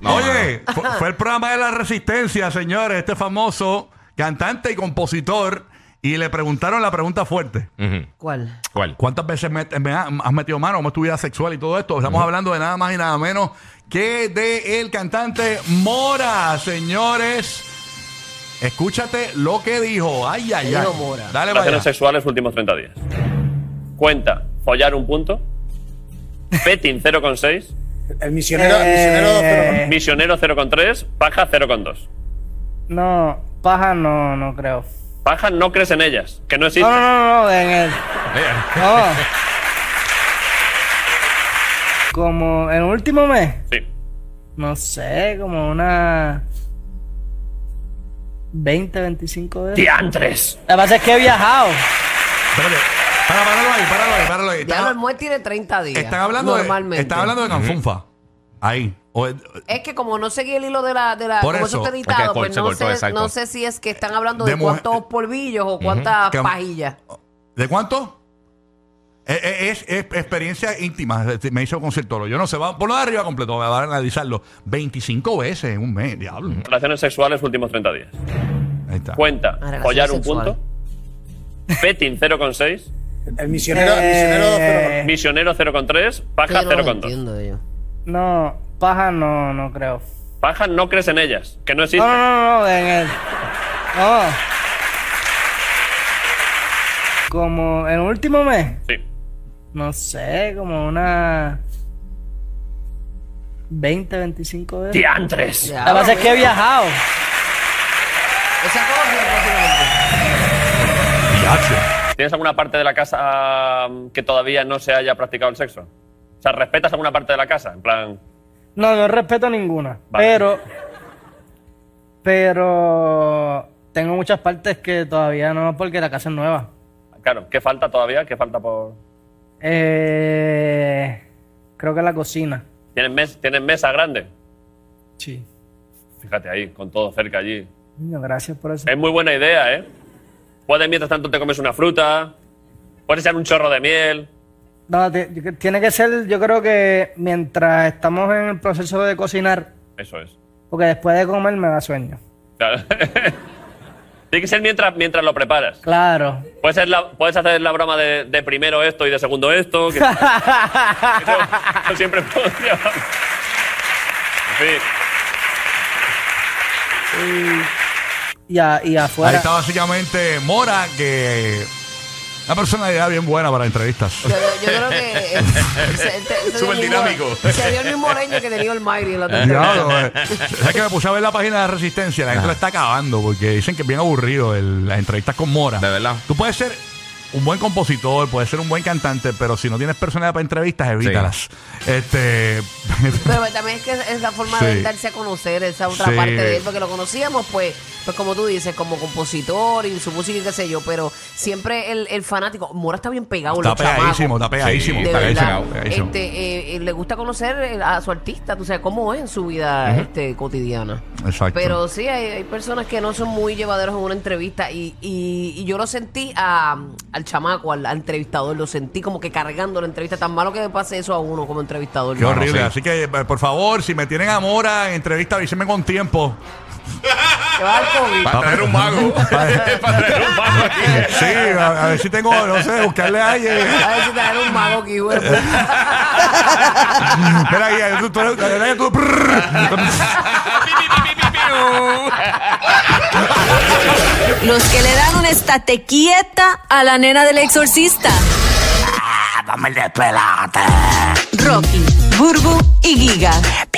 No, Oye, fu- fue el programa de la resistencia, señores, este famoso cantante y compositor, y le preguntaron la pregunta fuerte. Ujú. ¿Cuál? ¿Cuál? ¿Cuántas veces met- me ha- has metido mano? ¿Cómo es tu vida sexual y todo esto? Estamos hablando de nada más y nada menos que de el cantante Mora, señores. Escúchate lo que dijo. Ay, ay, ay. Dijo Mora. Dale, vaya. Relaciones sexuales últimos 30 días. Cuenta, follar un punto. Petting 0,6. El misionero, el Eh, misionero Misionero 0,3. Paja 0,2. No, paja no, no creo. Paja no crees en ellas, que no No, existen. no, no, no, en el. No. Como en último mes, Sí. no sé, como una. 20, 25 de. ¡Diantres! La pasa es que he viajado. Espérate. Para, páralo ahí, páralo ahí, páralo ahí. Ya Están, el mujer tiene 30 días. están hablando, de, normalmente. están hablando de Canfunfa. Ahí. O- Es que como no seguí el hilo de la... De la Por como eso, eso está es que editado, col- pues se no cortó, sé, exacto. no sé si es que están hablando De de, mujer- cuántos polvillos o cuántas Que- pajillas. ¿De cuánto? Eh, eh, Es, es experiencia íntima, es decir, me hizo concertolo. Yo no sé, va, ponlo de arriba completo, va a analizarlo. 25 veces en un mes, diablo. Mm. Relaciones sexuales últimos 30 días. Ahí está. Pues, Cuenta, Relaciones follar un sexuales. punto. Petting 0,6. el misionero, Eh, el misionero, Misionero 0,3. Paja Yo no lo 0,2. entiendo yo. No, paja no, no creo. Paja no crees en ellas, que no No, existen. no, no, no, en el. No. Como en último mes, Sí. no sé, como una. 20, 25 de. ¡Diantres! Ya, La pasa es que he viajado. Esa cosa, Diache. ¿Tienes alguna parte de la casa mm, que todavía no se haya practicado el sexo? O sea, ¿respetas alguna parte de la casa? En plan, No, no respeto ninguna. Vale. Pero. Pero. Tengo muchas partes que todavía no, porque la casa es nueva. claro, ¿qué falta todavía? ¿Qué falta por...? Eh, creo que la cocina. ¿Tienen, mes- tienen mesa grande? Sí. Fíjate ahí, con todo cerca allí. gracias por eso. Es muy buena idea, ¿eh? Puedes, mientras tanto, te comes una fruta, puedes echar un chorro de miel. No, ti- yo que- tiene que ser, yo creo que mientras estamos en el proceso de cocinar, Eso es. porque después de comer me da sueño. Claro. Tiene que ser mientras, mientras lo preparas. Claro. Puedes, ser la- puedes hacer la broma de, de primero esto y de segundo esto. que- eso, eso siempre funciona. En fin. Y, a- y Ahí afuera. está básicamente Mora, que una personalidad bien buena para entrevistas. pues, yo, yo creo que... eh, se- se- se- Súper el mismo- dinámico. Se vio el mismo leño que tenía el Mayri en la otra Diablo, eh. ¿Sabes que me puse a ver la página de Resistencia? La gente lo está acabando porque dicen que es bien aburrido el- las entrevistas con Mora. De verdad. Tú puedes ser un buen compositor, puedes ser un buen cantante, pero si no tienes personalidad para entrevistas, evítalas. Este. Pero también es que es es la forma Sí. de darse a conocer esa otra Sí. parte de él, porque lo conocíamos, pues, pues como tú dices, como compositor y su música y qué sé yo, pero siempre el, el fanático, Mora está bien pegado, Está los chamacos. pegadísimo, está pegadísimo, Sí, De está verdad, pegadísimo, pegadísimo. este, eh, eh, le gusta conocer el- a su artista, tú sabes cómo es en su vida este, cotidiana. Exacto. Pero sí, hay, hay personas que no son muy llevaderos en una entrevista y, y- y yo lo sentí a- al chamaco, al, al entrevistador, lo sentí como que cargando la entrevista, tan malo que pase eso a uno como entrevistador. Qué horrible. sí. Así que, eh, por favor, si me tienen a Mora en entrevista, avísenme con tiempo. Te va a dar COVID. Para traer un mago. Para traer un mago aquí. Sí, a, a ver si tengo, no sé, buscarle a alguien. A ver si te dan un mago aquí, güey. Mira ahí, tú, tú, tú- ahí tú- Los que le dan un estate quieta a la nena del exorcista. Rocky, Burbu y Giga.